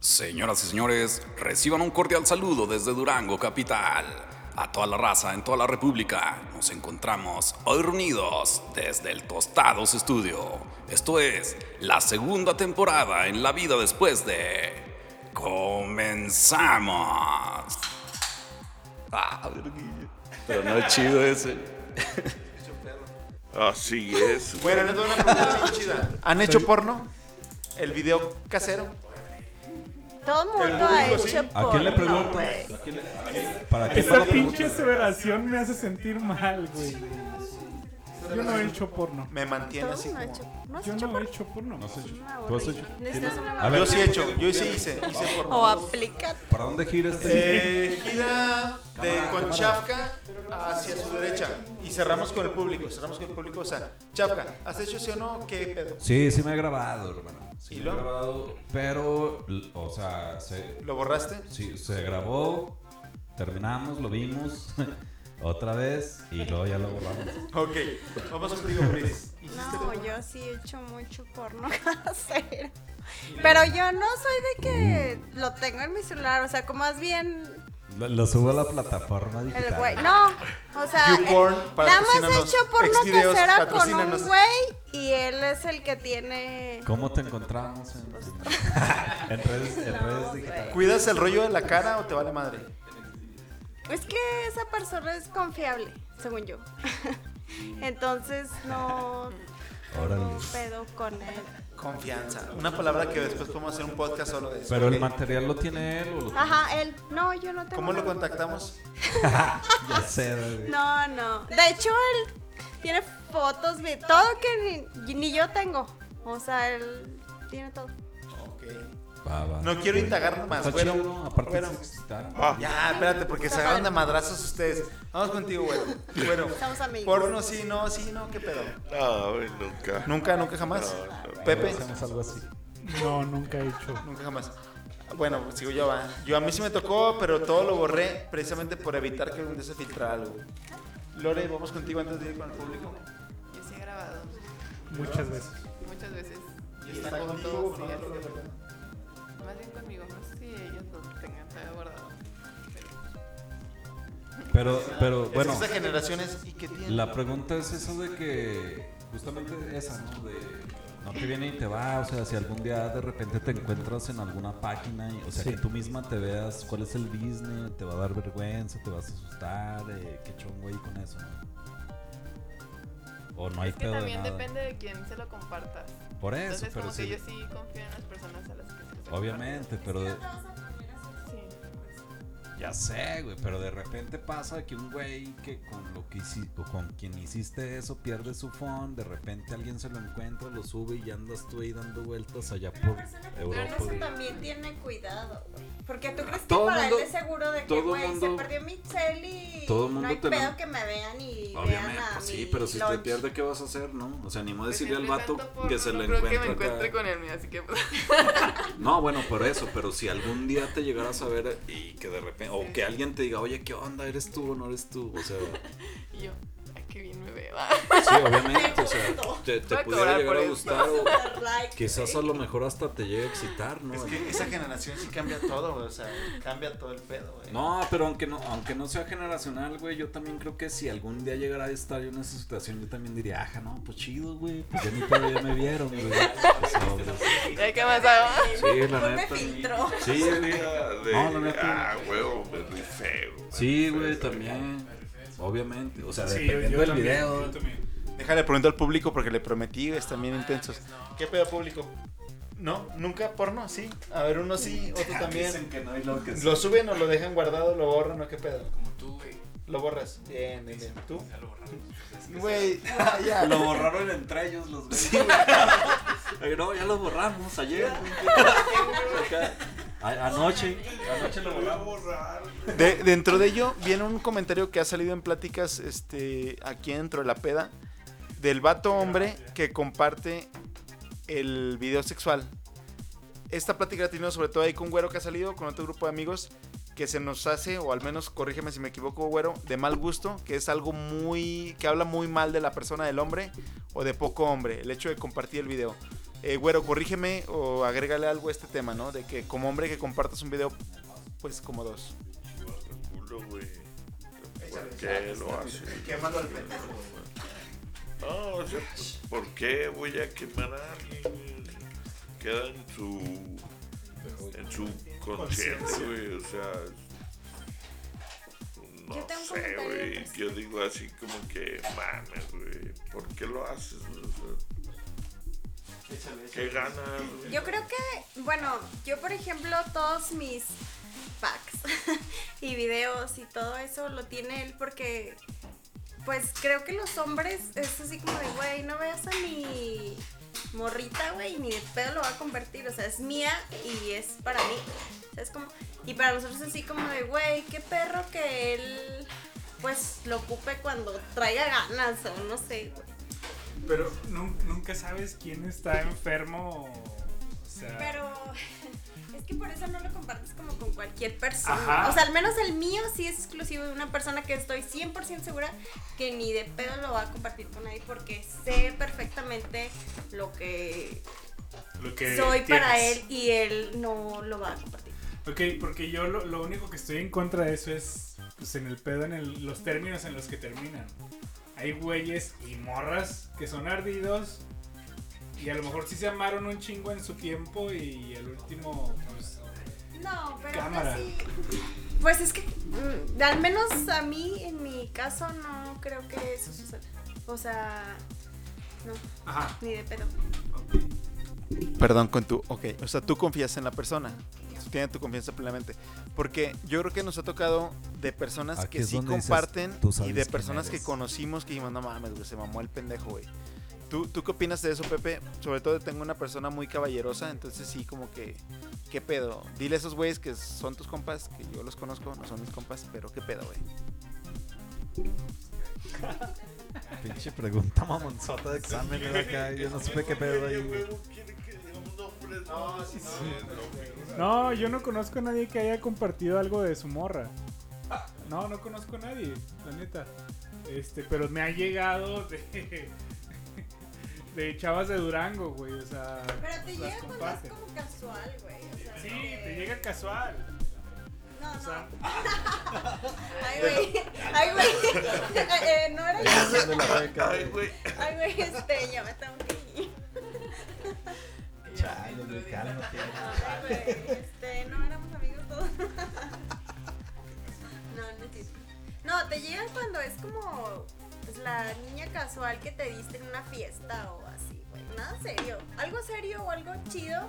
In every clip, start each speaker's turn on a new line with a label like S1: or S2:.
S1: Señoras y señores, reciban un cordial saludo desde Durango, capital. A toda la raza en toda la República, nos encontramos hoy reunidos desde el Tostados Estudio. Esto es la segunda temporada en La Vida Después de... ¡Comenzamos! Ah, verguilla. Pero no es chido ese.
S2: Así es.
S3: Bueno, les doy una pregunta bien chida. ¿Han hecho porno? ¿El video casero?
S4: Todo el mundo ha hecho porno,
S5: ¿A quién le pregunto?
S4: güey.
S5: ¿A quién le- ¿Para qué
S6: Esa
S5: para
S6: pinche aseveración me hace sentir mal, güey. Yo no he hecho porno.
S3: Me mantiene
S4: Todo
S3: así
S4: el mundo ha
S3: como...
S4: hecho ¿No has
S6: Yo
S4: hecho
S6: no he
S4: porno?
S6: hecho porno.
S5: ¿Tú has hecho?
S4: Necesitas una
S5: A ver,
S3: Yo sí he hecho, yo sí hice, hice porno.
S4: O aplica
S5: ¿para dónde gira este?
S3: Eh, gira de con Chafka hacia su derecha y cerramos con el público, cerramos con el público, o sea, Chafka, ¿has hecho sí o no? ¿Qué pedo?
S5: Sí, sí me he grabado, hermano. Sí
S3: ¿Y
S5: me he
S3: lo?
S5: grabado, pero, l- o sea, se,
S3: ¿Lo borraste?
S5: sí, se grabó, terminamos, lo vimos otra vez y luego ya lo borramos.
S3: Ok, vamos contigo, Brice. ¿Hiciste
S4: No,
S3: tú?
S4: yo sí he hecho mucho porno casero. Pero yo no soy de que lo tengo en mi celular, o sea, como más bien
S5: Lo, lo subo a la plataforma digital.
S4: el güey. No, o sea, eh,
S3: YouPorn,
S4: nada más he
S3: patrocínanos.
S4: hecho porno
S3: Xvideos,
S4: casera con
S3: patrocínanos.
S4: un güey y él es el que tiene.
S5: ¿Cómo te encontramos en, en redes, en redes digitales?
S3: ¿Cuidas el rollo de la cara o te vale madre?
S4: Es que esa persona es confiable, según yo. Entonces no.
S5: Órale.
S4: No pedo con él.
S3: Confianza. Una palabra que después podemos hacer un podcast solo de eso.
S5: Pero el
S3: Ok.
S5: material lo tiene él o lo
S4: Ajá, él. No, yo no tengo.
S3: ¿Cómo lo
S4: nada.
S3: contactamos?
S5: ya sé, güey.
S4: Ah. No, no. De hecho, él tiene fotos de todo que ni, ni yo tengo. O sea, él tiene todo.
S3: Ok.
S5: Va, va.
S3: No quiero indagar más.
S5: Está
S3: Bueno,
S5: chido, aparte
S3: bueno. Ah.
S5: se excitaron.
S2: Ah,
S3: Ya, espérate, porque se agarran de madrazos ustedes. Vamos contigo, güero. Bueno,
S4: Estamos amigos.
S3: porno, sí, no, sí, no, qué pedo.
S2: No, güey, nunca.
S3: Nunca, nunca jamás. Pepe,
S5: Hacemos algo así.
S6: No, nunca he hecho.
S3: nunca jamás. Bueno, sigo yo, va. Yo a mí sí me tocó, pero todo lo borré precisamente por evitar que algún día se filtrara algo. Lore, vamos contigo antes de ir con el público.
S7: Yo sí he grabado
S6: Muchas veces.
S7: muchas veces.
S3: Y está contigo,
S7: todos,
S3: ¿no?
S7: sí, así. Más bien conmigo, no sé si ellos lo tengan todavía guardado.
S5: Pero, pero,
S3: Bueno,
S5: bueno,
S3: esta generación es ¿y qué tiene?
S5: la pregunta es esa de que, justamente esa, ¿no? De, no te viene y te va, o sea, si algún día de repente te encuentras en alguna página, y- o sea,
S6: Sí.
S5: que tú misma te veas cuál es el business, te va a dar vergüenza, te vas a asustar, eh, qué chongo ahí con eso, ¿no? O no hay
S7: es que
S5: pedo de
S7: también
S5: nada.
S7: depende de quién se lo compartas.
S5: Por eso,
S7: Entonces,
S5: pero
S7: como
S5: sí,
S7: que yo sí confío en las personas a las que se los
S5: obviamente, pero...
S7: Sí.
S5: Ya sé, güey, pero de repente pasa que un güey que con lo que hiciste, con quien hiciste eso pierde su phone, de repente alguien se lo encuentra, lo sube y ya andas tú ahí dando vueltas allá por Europa. güey.
S4: también tiene cuidado, güey. Porque tú crees que
S5: Todo
S4: para
S5: mundo-
S4: él es seguro de que,
S5: todo
S4: güey, se
S5: mundo-
S4: perdió mi cel y
S5: todo
S4: no
S5: mundo
S4: hay
S5: te lo-
S4: pedo que me vean y
S5: Obviamente,
S4: vean a
S5: pues sí,
S4: mi
S5: pero si te
S4: lunch.
S5: pierde, ¿qué vas a hacer, no? O sea, ni modo
S7: Pues
S5: decirle al
S7: siempre
S5: vato
S7: tanto porno,
S5: que se
S7: no
S5: lo
S7: creo
S5: encuentra.
S7: que me encuentre
S5: acá.
S7: con el mío, así que pues,
S5: No, bueno, por eso, pero si algún día te llegaras a ver y que de repente, o que alguien te diga, oye, ¿qué onda? ¿Eres tú o no eres tú? O sea,
S7: y yo, ay, qué bien me veo.
S5: sí, obviamente, o sea, te, te
S7: Voy
S5: pudiera
S7: a cobrar
S5: llegar
S7: por
S5: a
S7: esto.
S5: gustar o,
S4: Super like,
S5: Quizás a
S4: güey.
S5: lo mejor hasta te llegue a excitar, ¿no?
S3: Es que esa generación sí cambia todo, güey, o sea, cambia todo el pedo, güey.
S5: No, pero aunque no, aunque no sea generacional, güey, yo también creo que si algún día llegara a estar yo en esa situación, yo también diría, ajá, no, pues chido, güey, pues ya ni pedo, ya me vieron, güey. Pues, sobres.
S7: ¿Ya qué más hago?
S5: Sí, la
S4: No me
S5: neta.
S4: filtró.
S5: Sí, güey.
S2: De,
S5: No, la neta.
S2: ah, huevo, me rifé, güey.
S5: Sí, güey, también. Obviamente. O sea, dependiendo del video.
S3: Déjale preguntar al público porque le prometí, están bien intensos. Ah, ¿Qué pedo público? No, nunca porno, sí. A ver, uno sí, otro también.
S5: Ah, que no hay lo que
S3: ¿Lo suben o lo dejan guardado, lo borran o qué pedo? Como tú, güey. Lo borras. Bien, bien, bien. ¿Tú? Ya lo borramos. Güey, ah, ya.
S5: Lo borraron entre ellos los güeyes. Ay, no, ya los borramos ayer. Acá, a- Anoche. Anoche lo borramos.
S3: De- dentro de ello viene un comentario que ha salido en pláticas este, aquí dentro de la peda del vato hombre que comparte el video sexual. Esta plática la he tenido sobre todo ahí con Güero que ha salido, con otro grupo de amigos, que se nos hace, o al menos corrígeme si me equivoco, Güero, de mal gusto, que es algo muy. que habla muy mal de la persona del hombre o de poco hombre, el hecho de compartir el video. eh, güero, corrígeme o agrégale algo a este tema, ¿no? De que como hombre que compartas un video, pues como dos.
S2: El culo, güey. ¿Por qué lo haces?
S3: Quemando al pendejo.
S2: No, o sea, pues, ¿por qué voy a quemar a alguien? güey? Queda en su. en su conciencia, güey. O sea.
S4: Yo
S2: No
S4: tengo un
S2: sé,
S4: comentario
S2: güey.
S4: antes.
S2: Yo digo así como que, mames, güey. ¿Por qué lo haces? güey? O sea, ¿Qué ganas? güey?
S4: Yo creo que, bueno, yo por ejemplo, todos mis packs y videos y todo eso lo tiene él porque, pues creo que los hombres es así como de, güey, no veas a mi morrita, güey, ni de pedo lo va a convertir, o sea, es mía y es para mí. O sea, es como, y para nosotros es así como de, güey, qué perro que él, pues lo ocupe cuando traiga ganas o no sé, güey.
S6: Pero nun- nunca sabes quién está enfermo. O sea,
S4: Pero es que por eso no lo compartes como con cualquier persona.
S6: Ajá.
S4: O sea, al menos el mío sí es exclusivo de una persona que estoy 100% segura que ni de pedo lo va a compartir con nadie porque sé perfectamente lo que
S6: lo que
S4: soy para
S6: tienes.
S4: él y él no lo va a compartir.
S6: Ok, porque yo lo, lo único que estoy en contra de eso es pues, en el pedo, en el- los términos en los que terminan. Hay güeyes y morras que son ardidos y a lo mejor sí se amaron un chingo en su tiempo y el último, pues,
S4: No, pero aún
S6: Cámara.
S4: así- Pues es que mm, al menos a mí, en mi caso, no creo que eso suceda. O sea, no,
S6: ajá,
S4: ni de pedo.
S6: ok.
S3: Perdón, con tu. Ok, o sea, tú confías en la persona. Tiene tu confianza plenamente. Porque yo creo que nos ha tocado de personas
S5: Aquí
S3: que
S5: es
S3: sí
S5: donde dices,
S3: comparten
S5: "Tú sabes
S3: y de
S5: quién
S3: personas que
S5: eres".
S3: conocimos que dijimos, no mames, güey, se mamó el pendejo, güey. ¿Tú, ¿Tú qué opinas de eso, Pepe? Sobre todo tengo una persona muy caballerosa, entonces sí, como que, ¿qué pedo? Dile a esos güeyes que son tus compas, que yo los conozco, no son mis compas, pero ¿qué pedo, güey?
S5: Pinche pregunta mamonzota de examen güey, acá. Yo no supe qué pedo ahí, güey.
S6: No, yo no conozco a nadie que haya compartido algo de su morra. No, no conozco a nadie, la neta. Este, pero me ha llegado de, de chavas de Durango, güey. O sea,
S4: Pero te
S6: las
S4: llega cuando
S6: comparten.
S4: es como casual, güey. O sea,
S6: Sí,
S4: de-
S6: te llega casual.
S4: No,
S6: O
S4: no.
S6: sea,
S4: Ay, güey. Ay, güey. Eh, eh, no era yo.
S5: De la beca,
S2: Ay,
S5: güey.
S2: güey.
S4: Ay, güey, este, ya me está un
S5: Chale, güey, cálmate.
S4: Ay, güey, este, no éramos amigos todos. No, no es cierto. No, te llegan cuando es como pues, la niña casual que te diste en una fiesta o así, güey. Nada serio. Algo serio o algo chido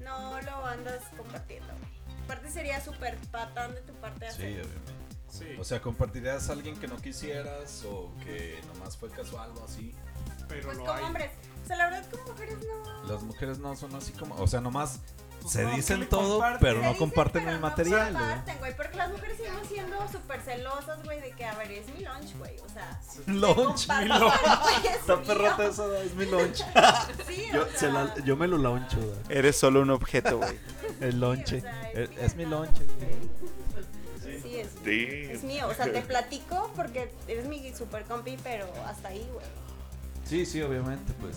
S4: no lo andas compartiendo, güey. Aparte sería súper patán de tu parte
S5: Sí,
S4: hacer.
S5: obviamente.
S6: sí,
S5: O sea, ¿compartirías a alguien que no quisieras o que nomás fue casual o así?
S6: pero
S4: pues
S6: lo
S4: como
S6: hay.
S4: hombres. O sea, la verdad como mujeres no.
S5: Las mujeres no son así como... O sea, nomás
S6: Pues
S5: se
S6: no, ¿qué
S5: dicen
S6: le
S5: todo,
S6: compartes?
S5: pero
S4: Se
S5: no
S4: dicen,
S5: comparten
S4: pero
S5: el
S4: no
S5: material, güey.
S4: comparten, güey. Porque las mujeres siguen siendo súper celosas, güey, de que, a ver, es mi lunch, güey. O sea,
S5: Lunch, mi
S4: comparto,
S5: lunch.
S4: pero, güey, es
S5: Está
S4: mío.
S5: perrota esa, es mi lunch.
S4: Sí,
S5: Yo,
S4: o sea,
S5: se la- yo me lo launcho, güey.
S3: Eres solo un objeto, güey.
S5: El lonche.
S4: o sea,
S5: es,
S4: es
S5: es
S4: mi
S5: mi
S4: ganado.
S5: lonche. güey.
S4: sí, es,
S2: Sí.
S4: es mío. O sea, te platico porque eres mi super compi, pero hasta ahí, güey.
S5: Sí, sí, obviamente, pues.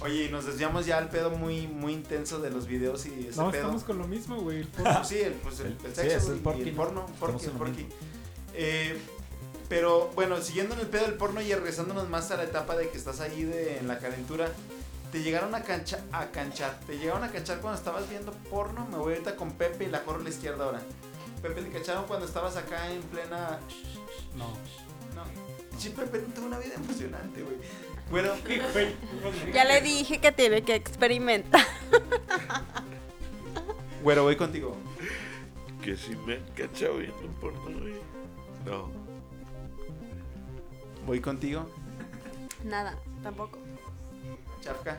S3: Oye, y nos desviamos ya al pedo muy, muy intenso de los videos y ese
S6: No,
S3: pedo.
S6: estamos con lo mismo, güey. el
S3: Ah,
S6: porno.
S3: sí, el, pues, el,
S5: El-
S3: el
S5: sí,
S3: sexo
S5: es
S3: güey,
S5: el porqui,
S3: y el
S5: ¿no?
S3: porno, porqui,
S5: Estamos en lo
S3: porqui.
S5: mismo.
S3: Eh, pero bueno, siguiendo en el pedo del porno y regresándonos más a la etapa de que estás ahí de, en la calentura, te llegaron a, cancha, a canchar, te llegaron a canchar cuando estabas viendo porno, me voy ahorita con Pepe y la corro a la izquierda ahora. Pepe, te cacharon cuando estabas acá en plena...
S6: No.
S3: No. Sí, Pepe, tuvo una vida emocionante, güey. Bueno,
S4: Ya le dije que tiene que experimentar.
S3: güero, voy contigo.
S2: Que si me han cachado viendo porno, güey. No.
S3: Voy contigo,
S4: Nada, tampoco.
S3: Chafka.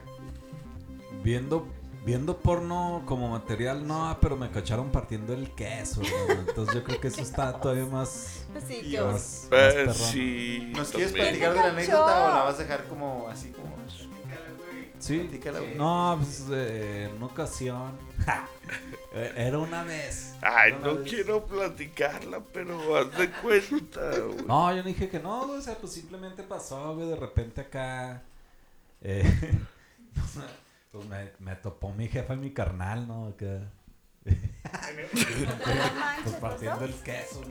S5: Viendo, viendo porno como material, no, ah, pero me cacharon partiendo el queso. güey. Entonces yo creo que eso está todavía más.
S4: Así que.
S3: Dios.
S5: más, más
S2: Eh,
S5: perrón.
S2: sí.
S3: ¿Nos quieres
S2: también.
S3: platicar de la
S4: Cachó.
S3: anécdota o la vas a dejar como así como...
S5: Sí.
S3: Platícala, güey.
S5: No, pues eh, en ocasión. ja, eh, Era una vez.
S2: Ay,
S5: Era una
S2: no
S5: vez.
S2: quiero platicarla, pero haz de cuenta, güey.
S5: No, yo no dije que no, güey, o sea, pues simplemente pasó, güey, de repente acá. eh, o sea, Pues me, me topó mi jefa y mi carnal, ¿no? Acá.
S4: No manches,
S5: Pues partiendo
S4: ¿no?
S5: el queso,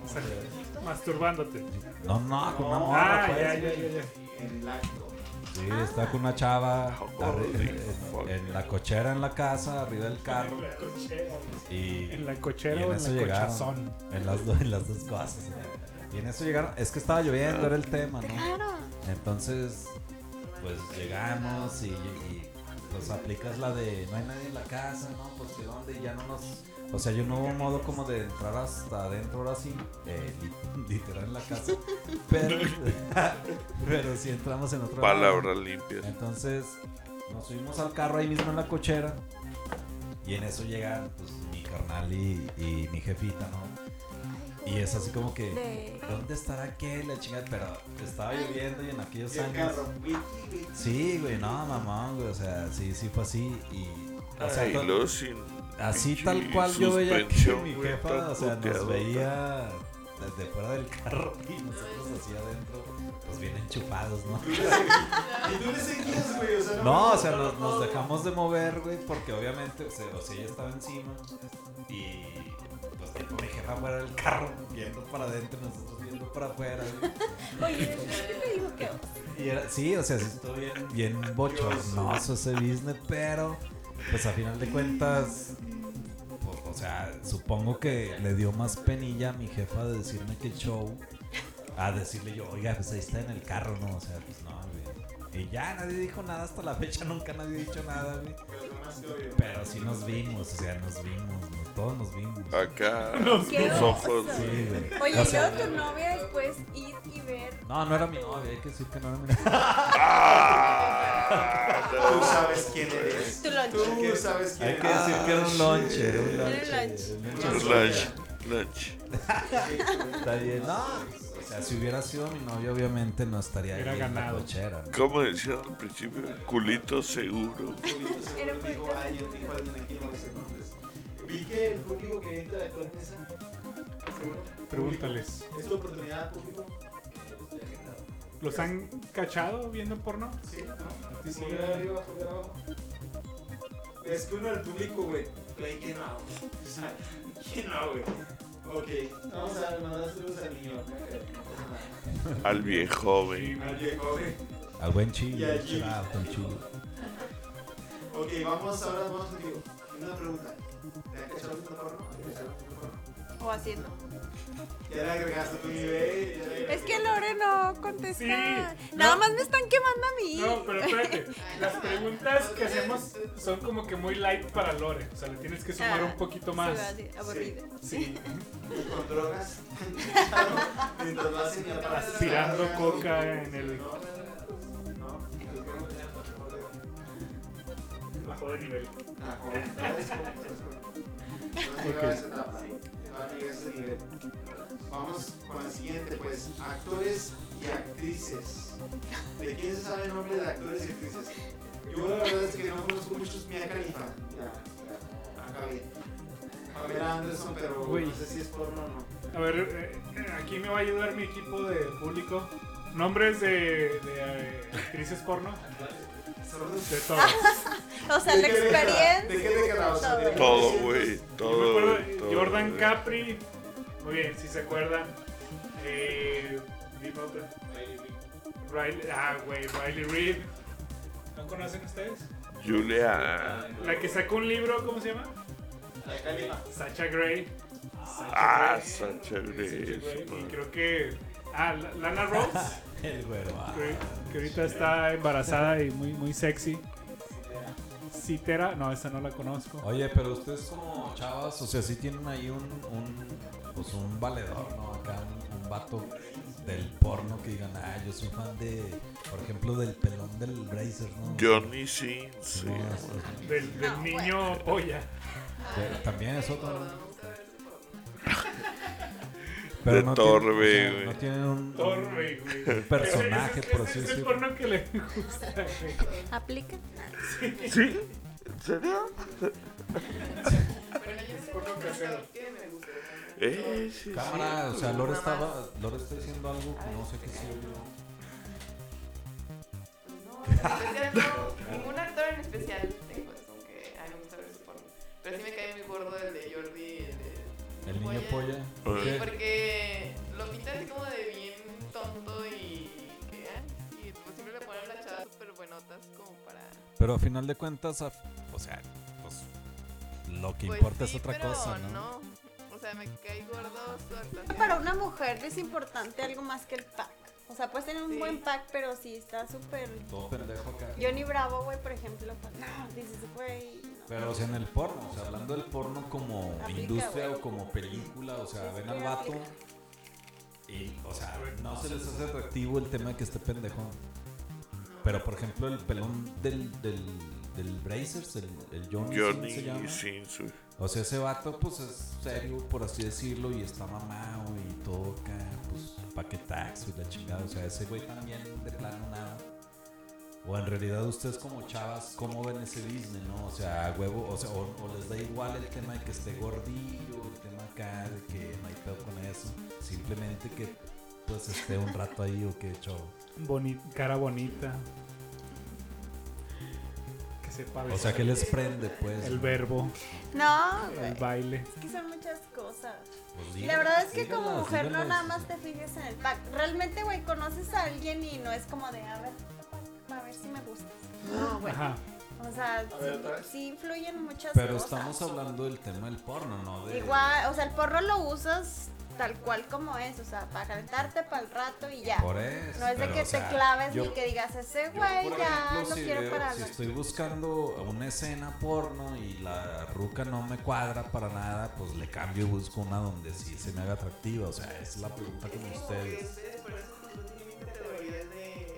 S5: ¿no?
S6: Masturbándote.
S5: No, no, con una morra,
S6: Ah,
S5: pues.
S6: ya, ya, ya, ya.
S5: Sí, está con una chava
S2: Oh,
S5: arri-
S2: fuck.
S5: en, en la cochera en la casa, arriba del carro. Y
S6: En la
S5: Y
S6: cochera
S5: en
S6: o
S5: eso
S6: en la
S5: llegaron.
S6: cochazón.
S5: En las, do- en las dos cosas. ¿no? Y en eso llegaron. Es que estaba lloviendo, era el tema, ¿no?
S4: Claro.
S5: Entonces, pues llegamos y, y, pues aplicas la de no hay nadie en la casa, ¿no? Pues que dónde, y ya no nos. O sea, yo no hubo modo como de entrar hasta adentro ahora sí, eh, li- literal en la casa. Pero, pero sí entramos en otro lado.
S2: Palabras limpias.
S5: Entonces nos subimos al carro ahí mismo en la cochera y en eso llegan pues mi carnal y, y mi jefita, ¿no? Y es así como que,
S4: De...
S5: ¿dónde estará qué? La chingada, pero estaba lloviendo y en aquellos años... Sí, güey, no, mamón, güey, o sea, sí, sí fue así y... O sea,
S2: Ay,
S5: to-
S2: luego sin
S5: así
S2: pinche
S5: tal cual yo veía que
S2: suspensión,
S5: mi
S2: güey,
S5: jefa,
S2: tan
S5: o sea, nos
S2: puteadota.
S5: veía desde fuera del carro y nosotros así adentro, pues bien enchufados, ¿no?
S3: Y tú le seguías, güey. O sea,
S5: No, o sea, nos, nos dejamos de mover, güey, porque obviamente, o sea, o sea, ella estaba encima y pues tipo mi jefa fuera del carro viendo para adentro, nosotros viendo para afuera, güey.
S4: Oye, yo te digo que
S5: Y era, sí, o sea, sí estuvo bien, bien bochornoso ese business, pero pues a final de cuentas, pues, o sea, supongo que le dio más penilla a mi jefa de decirme que show a decirle yo, oiga, pues ahí está en el carro, ¿no? O sea, pues no, güey. Y ya nadie dijo nada hasta la fecha, nunca nadie ha dicho nada, güey. Pero sí nos vimos, o sea, nos vimos, ¿no? todos nos vimos.
S2: Acá
S4: Qué
S2: los ojos.
S4: oso.
S5: Sí, güey.
S4: Oye,
S5: O
S4: y
S5: sea,
S4: luego tu novia después ir y ver.
S5: no, no era mi novia, hay que decir que no era mi novia.
S2: Ah,
S3: Tú
S2: no.
S3: sabes quién eres.
S4: Tu lunch.
S3: Tú sabes quién
S5: Hay
S3: eres.
S5: que decir que era un lonche, era un
S4: Era un
S5: lonche.
S4: lonche.
S5: un lonche.
S3: Era un
S2: Lunch, lunch.
S5: Está bien, no. O sea, si hubiera sido mi novia, obviamente no estaría
S6: Era
S5: ahí en la
S6: ganado.
S5: cochera. ¿no?
S2: ¿Cómo decían al principio? Culito seguro.
S4: Era un poquito-
S3: Ay, yo tengo a alguien aquí, no sé dónde es. Vi que el público que entra de mesa.
S6: Pregúntales.
S3: Es tu oportunidad, público.
S6: ¿Los han cachado viendo porno?
S3: Sí,
S6: ¿A ti
S3: ¿no?
S6: sí?
S3: Pulgar arriba, pulgar abajo. Es que uno del público, güey. Güey, que no. O sea, que no, güey. Ok, vamos a mandar saludos al niño.
S2: Al viejo, güey.
S3: Al viejo, güey.
S5: Al buen
S3: Y
S5: chile,
S3: al chile.
S5: al buen chile.
S3: Ok, vamos ahora, vamos contigo. Una pregunta. ¿Te ha cachado alguna porno? ¿Te ha cachado alguna porno?
S4: O haciendo.
S3: Ya le agregaste tu nivel. ya le
S4: Es
S3: agregaste-
S4: que Lore no contesta.
S6: Sí,
S4: Nada
S6: no.
S4: más me están quemando a mí.
S6: No, pero espérate. Las preguntas que hacemos son como que muy light para Lore. O sea, le tienes que sumar
S4: Ah,
S6: un poquito
S4: Se va
S6: más.
S4: así, aburrida.
S6: Sí.
S3: con drogas. Mientras más en la plaza.
S6: Aspirando coca en el
S3: No, creo que no tenía tanto problema.
S6: bajo de nivel.
S3: Ah, joder, no, es como- es como- no llegaba a esa etapa, no llegaba a ese nivel. Vamos con la siguiente, pues, actores y actrices. ¿De quién se sabe el nombre de actores y actrices? Yo la verdad es que no conozco muchos Mia Khalifa. Ya, ya, acabé. A ver a Anderson, pero
S6: Uy.
S3: no sé si es porno o no.
S6: A ver, eh, eh, aquí me va a ayudar mi equipo de público. Nombres de, de, eh, actrices porno.
S3: Saludos.
S6: De todas.
S4: O sea,
S3: ¿De
S4: la
S3: qué década? ¿De
S4: experiencia.
S3: qué década? O sea, de-
S2: Todo, güey.
S6: Yo me
S2: Todo,
S6: acuerdo
S2: güey, todo,
S6: Jordan
S2: güey.
S6: Capri. Muy bien, si se acuerdan. Eh, dime otra. Riley, ah, güey, Riley Reid. ¿No conocen ustedes?
S2: Julia.
S6: La que sacó un libro, ¿cómo se llama?
S3: La Khalifa.
S6: Sacha Gray.
S2: Ah,
S6: Sacha
S2: Sacha Grey.
S6: Gray. Y creo que. Ah, La- Lana Rhodes.
S5: El güero. ah.
S6: que, que ahorita está embarazada y muy, muy sexy. Citera, no, esa no la conozco.
S5: Oye, pero ustedes como chavas, o sea, sí tienen ahí un, un pues un valedor, ¿no? Acá un, un vato del porno que digan, ah, yo soy fan de, por ejemplo, del pelón del Bracer, ¿no?
S2: Johnny Sin. sí.
S5: No, es-
S6: Del, del niño polla.
S5: que También es otro. ¿no?
S2: De Torbe,
S5: tienen-
S2: güey.
S5: no tienen un,
S6: Torre, güey.
S5: personaje,
S6: Ese-
S5: por
S6: ese-
S5: así
S6: ese Es el
S5: decirlo.
S6: porno que le gusta, güey.
S4: Aplica.
S2: ¿Sí? ¿En serio?
S7: Pero yo no sé cómo
S6: casero.
S7: que me gustaría.
S2: Eh, sí.
S5: Cámara, o sea, Lore estaba, Lore está diciendo algo que no sé qué sea.
S7: pues, No, en especial no. Ningún actor en especial tengo.
S5: El niño
S7: Polla.
S5: polla.
S2: ¿Por
S7: Sí,
S2: qué?
S7: porque lo pintan así como de bien tonto y. que, ah, Y pues siempre le ponen las chavas súper buenotas como para.
S5: Pero a final de cuentas, af- o sea, pues lo que
S7: pues
S5: importa
S7: sí,
S5: es otra
S7: pero
S5: cosa, ¿no?
S7: O sea, me cae gordo su actuación.
S4: Para una mujer es importante algo más que el pack. O sea, puedes tener un
S7: Sí.
S4: buen pack, pero sí está súper.
S5: Todo pendejo acá.
S4: Johnny Bravo, güey, por ejemplo, pues, no, dices, güey. no.
S5: Pero o sea, en el porno, o sea, hablando del porno como
S4: Aplica,
S5: industria
S4: güey.
S5: o como película, o sea,
S4: Sí,
S5: ven
S4: sí,
S5: al vato
S4: aplica.
S5: y, o sea, no se les hace atractivo el tema de que esté pendejo. Pero por ejemplo, el pelón del, del, del Brazers, el, el Johnny,
S2: Johnny
S5: ¿sí se llama?
S2: Sins, güey.
S5: O sea, ese vato, pues es serio, por así decirlo, y está mamado y toca, pues paquetaxo y la chingada. O sea, ese güey también de plano nada. O en realidad ustedes como chavas, ¿cómo ven ese Disney, no? O sea, a huevo, o sea, o, o les da igual el tema de que esté gordillo, el tema acá de que no hay pedo con eso. Simplemente que, pues, esté un rato ahí o que chavo.
S6: Boni- cara bonita. Que sepa
S5: O sea,
S6: besar.
S5: ¿qué les prende, pues?
S6: el verbo,
S4: No,
S6: el
S4: güey.
S6: baile.
S4: Es que son muchas cosas.
S5: Pues,
S4: Y
S5: díganlas,
S4: la verdad es que como
S5: díganlas,
S4: mujer no
S5: díganlas.
S4: nada más te fijas en el pack. Realmente, güey, conoces a alguien y no es como de, a ver, a ver si me gustas. No, güey.
S6: Ajá.
S4: O sea, sí,
S3: ver, otra vez.
S4: sí influyen muchas
S5: Pero
S4: cosas.
S5: estamos hablando del tema del porno, ¿no? De,
S4: Igual, o sea, el porro lo usas tal cual como es, o sea, para calentarte para el rato y ya.
S5: Por eso,
S4: No es de
S5: pero,
S4: que
S5: o sea,
S4: te claves
S5: yo-
S4: ni que digas, ese
S5: yo,
S4: güey
S5: por
S4: ya
S5: ejemplo,
S4: no
S5: si
S4: quiero
S5: veo-
S4: para
S5: Si
S4: nada.
S5: estoy buscando una escena porno y la ruca no me cuadra para nada, pues le cambio y busco una donde sí se me haga atractiva. O sea, es la pregunta como ustedes.
S7: Por eso pues, tienen categorías de.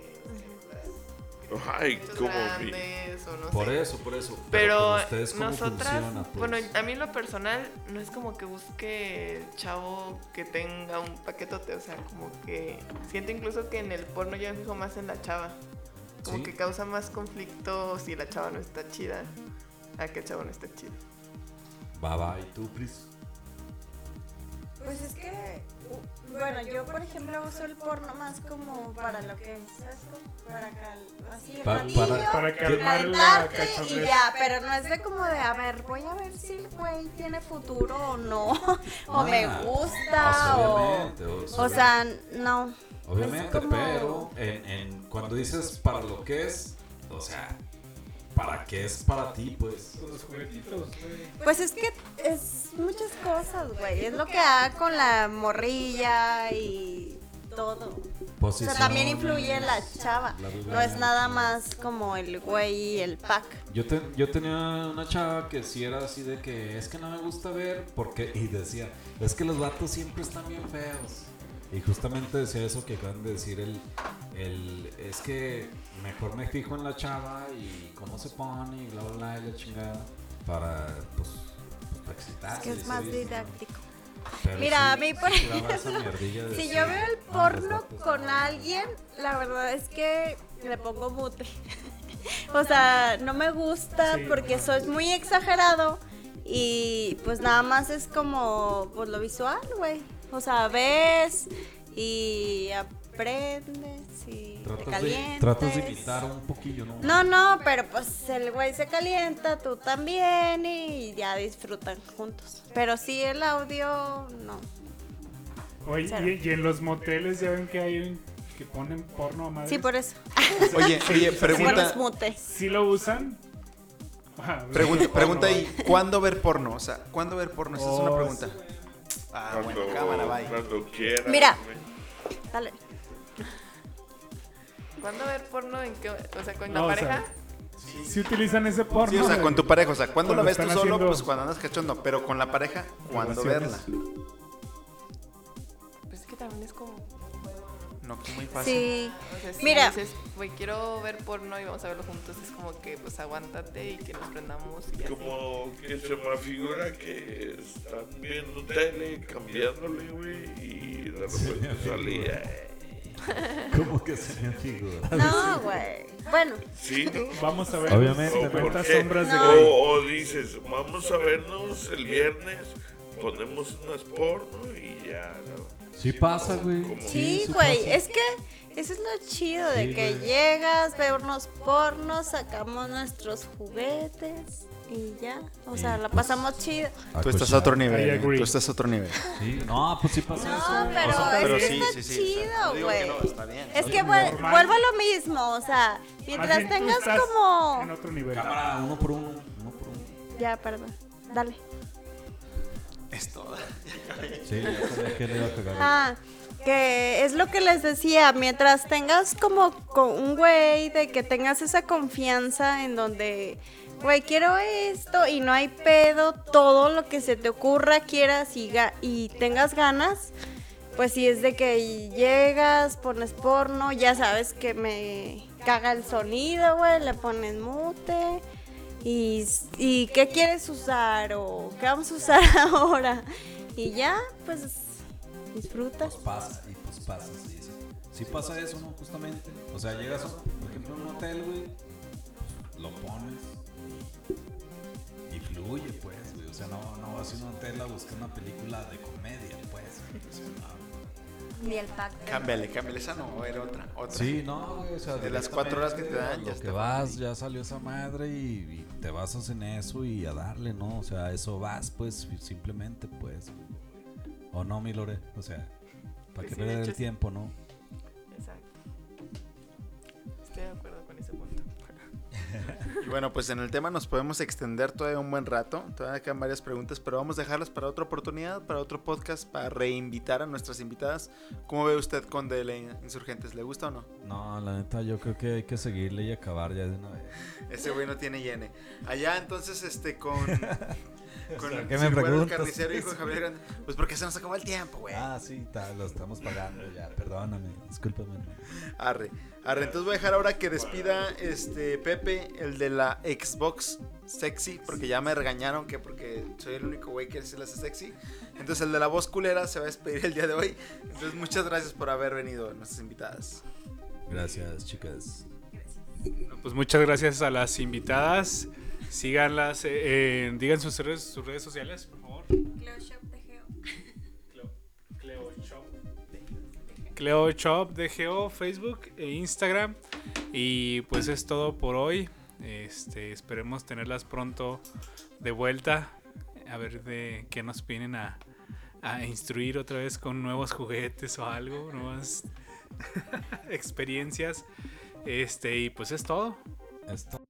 S2: Ay, como vi.
S7: grandes o no
S5: Por
S7: sé.
S5: eso, por eso.
S7: Pero
S5: con ustedes, ¿cómo
S7: nosotras,
S5: funciona, pues?
S7: bueno, a mí en lo personal no es como que busque el chavo que tenga un paquetote, o sea, como que siento incluso que en el porno yo me fijo más en la chava, como
S5: Sí.
S7: que causa más conflicto si la chava no está chida, a que el chavo no está chido.
S5: Va, va, ¿y tú, Pris?
S4: Pues es que, u- bueno, yo por ejemplo uso el porno más como para lo que es, ¿sabes? Como Para cal, así,
S5: Pa-
S4: ratillo,
S5: para-
S6: Para calmar la
S4: calentarte y
S6: cachondez.
S4: ya, pero no es de como de, a ver, voy a ver si el güey tiene futuro o no, o me
S5: Ah,
S4: gusta,
S5: pues,
S4: o...
S5: obviamente,
S4: O sea, no.
S5: Obviamente,
S4: Es como-
S5: pero en, en- cuando dices para lo que es, o sea, para qué es para ti, pues.
S6: Los juguetitos, güey.
S4: Pues es que es muchas cosas, güey. Es lo que haga con la morrilla y todo. O sea, también influye la chava. No es nada más como el güey y el pack.
S5: Yo, te- yo tenía una chava que sí era así de que es que no me gusta ver porque y decía, es que los vatos siempre están bien feos. Y justamente decía eso que acaban de decir el, el es que mejor me fijo en la chava y cómo se pone y bla bla bla y la chingada para pues para excitarse.
S4: Es que es
S5: y
S4: más
S5: seguir, ¿no?
S4: didáctico.
S5: Pero
S4: Mira, a mí, por
S5: sí daba esa
S4: ejemplo,
S5: mierdilla de
S4: Si
S5: que,
S4: yo veo el
S5: "No, los
S4: porno
S5: vatos
S4: con
S5: no".
S4: alguien, la verdad es que le pongo mute. O sea, no me gusta
S6: Sí.
S4: porque soy muy exagerado y pues nada más es como pues lo visual, güey. O sea, ves y aprendes y te
S5: tratas de,
S4: calientas.
S5: tratas de imitar un poquillo, ¿no?
S4: No, no, pero pues el güey se calienta, tú también y ya disfrutan juntos. Pero sí el audio, no.
S6: Oye,
S4: Cero.
S6: y, y en los moteles ya ven que hay un- que ponen porno a madre.
S4: Sí, por eso.
S3: Oye, oye,
S4: Pones
S3: pregunta,
S4: mute.
S6: ¿Sí lo usan. Ah, pues,
S3: pregunta,
S6: porno,
S3: pregunta ahí,
S6: güey.
S3: ¿cuándo ver porno? O sea, ¿cuándo ver porno? Esa es una
S6: Oh,
S3: pregunta. Ah, bueno,
S2: Cuando,
S3: cámara, bye.
S2: cuando quieras.
S4: Mira.
S2: güey.
S4: Dale.
S7: ¿Cuándo ver porno? ¿En qué, o sea, con
S6: No,
S7: la
S6: o sea,
S7: pareja?
S6: Sí utilizan ese porno.
S3: Sí, o sea,
S6: güey.
S3: con tu pareja, o sea, cuando la
S6: Cuando
S3: ves tú
S6: están
S3: solo,
S6: haciendo-
S3: pues cuando andas cachondo, pero con la pareja, cuando verla.
S6: Relaciones.
S7: Pues es que también es como...
S3: No, que es muy fácil.
S4: Sí.
S7: O sea, si
S4: Mira.
S7: dices, güey, quiero ver porno y vamos a verlo juntos, es como que, pues, aguántate y que nos prendamos y así.
S2: Como que se me figura que están viendo tele, cambiándole, güey, y de repente
S5: me
S2: salía.
S5: Como que se me figura.
S4: No, güey. Bueno,
S2: Sí, ¿no?
S6: Vamos a ver.
S5: Obviamente,
S2: O, por
S6: 50
S2: qué?
S6: sombras de
S4: No.
S6: Grey.
S2: O- o dices, vamos a vernos el viernes, ponemos unas porno y ya, ¿no?
S5: Sí pasa, güey.
S2: Como-
S4: sí,
S5: sí
S4: güey.
S5: pasa.
S4: Es que eso es lo chido de
S5: Sí,
S4: que
S5: güey.
S4: llegas, vemos pornos, sacamos nuestros juguetes y ya. O sea, la pasamos chido.
S3: Tú estás a otro
S6: I
S3: nivel.
S6: agree.
S3: Tú estás a otro nivel.
S5: Sí, no, pues sí pasa eso.
S4: No,
S5: güey.
S4: pero,
S5: O sea,
S3: pero
S4: es que
S3: sí,
S4: está
S3: sí, sí,
S8: No
S4: chido,
S8: digo que
S4: güey.
S8: no, está bien.
S4: es que
S6: Normal.
S4: vuel- vuelvo a lo mismo, o sea,
S6: Más
S4: mientras
S6: bien tú
S4: tengas
S6: estás
S4: como...
S6: En otro nivel.
S5: Cámara, uno por uno, uno por uno.
S4: Ya, perdón. Dale.
S8: Es todo.
S5: Sí, ya sabía que le iba a cagar.
S4: Ah, que es lo que les decía, mientras tengas como co- un güey, de que tengas esa confianza en donde, güey, quiero esto y no hay pedo, todo lo que se te ocurra, quieras y, ga- y tengas ganas, pues si es de que llegas, pones porno, ya sabes que me caga el sonido, güey, le pones mute. ¿Y, ¿Y qué quieres usar? ¿O qué vamos a usar ahora? Y ya, pues Disfrutas.
S5: pasa y pues pasa, sí, sí. Sí pasa eso, ¿no? Justamente. O sea, llegas, a, por ejemplo, a un hotel, güey, pues, lo pones y fluye, pues, güey. O sea, no, no vas a un hotel a buscar una película de comedia, pues. güey. O sea, no.
S4: Ni el pacto.
S3: Cámbiale, cámbiale esa no, era otra. otra.
S5: Sí, no, güey, o sea,
S3: De las cuatro horas que te dan, ya
S5: ya lo que
S3: está.
S5: vas, ya salió esa madre y, y te basas en eso y a darle, ¿no? O sea, a eso vas, pues, y simplemente, pues. güey. O no, mi Lore, o sea, para
S7: Pues
S5: que
S7: sí, de
S5: perder
S7: hecho,
S5: el
S7: sí.
S5: tiempo, ¿no?
S7: Exacto. Estoy de acuerdo con ese punto.
S3: Y bueno, pues en el tema nos podemos extender todavía un buen rato. Todavía quedan varias preguntas, pero vamos a dejarlas para otra oportunidad, para otro podcast, para reinvitar a nuestras invitadas. ¿Cómo ve usted con DL Insurgentes? ¿Le gusta o no?
S5: No, la neta, yo creo que hay que seguirle y acabar ya de una vez.
S3: Ese güey no tiene yene. Allá entonces, este, con. Con
S5: sea,
S3: Sir
S5: ¿qué me
S3: Juan el
S5: preguntas?
S3: carnicero hijo de Javier Grande. Pues porque se nos acabó el tiempo, güey.
S5: Ah, sí, ta- lo estamos pagando ya, perdóname, discúlpame.
S3: Arre. Arre, entonces voy a dejar ahora que despida este Pepe, el de la Xbox sexy, porque ya me regañaron que porque soy el único güey que se las hace sexy. Entonces el de la voz culera se va a despedir el día de hoy. Entonces muchas gracias por haber venido, nuestras invitadas.
S5: Gracias, chicas.
S6: Bueno, Pues muchas gracias a las invitadas. Síganlas, eh, en- digan sus redes, sus redes sociales, por favor. Cleo Shop. Cleo Shop DGO, Facebook e Instagram. Y pues es todo por hoy. Este, esperemos tenerlas pronto de vuelta. A ver de qué nos vienen a, a instruir otra vez con nuevos juguetes o algo, nuevas experiencias. Este, y pues es todo.
S5: Esto.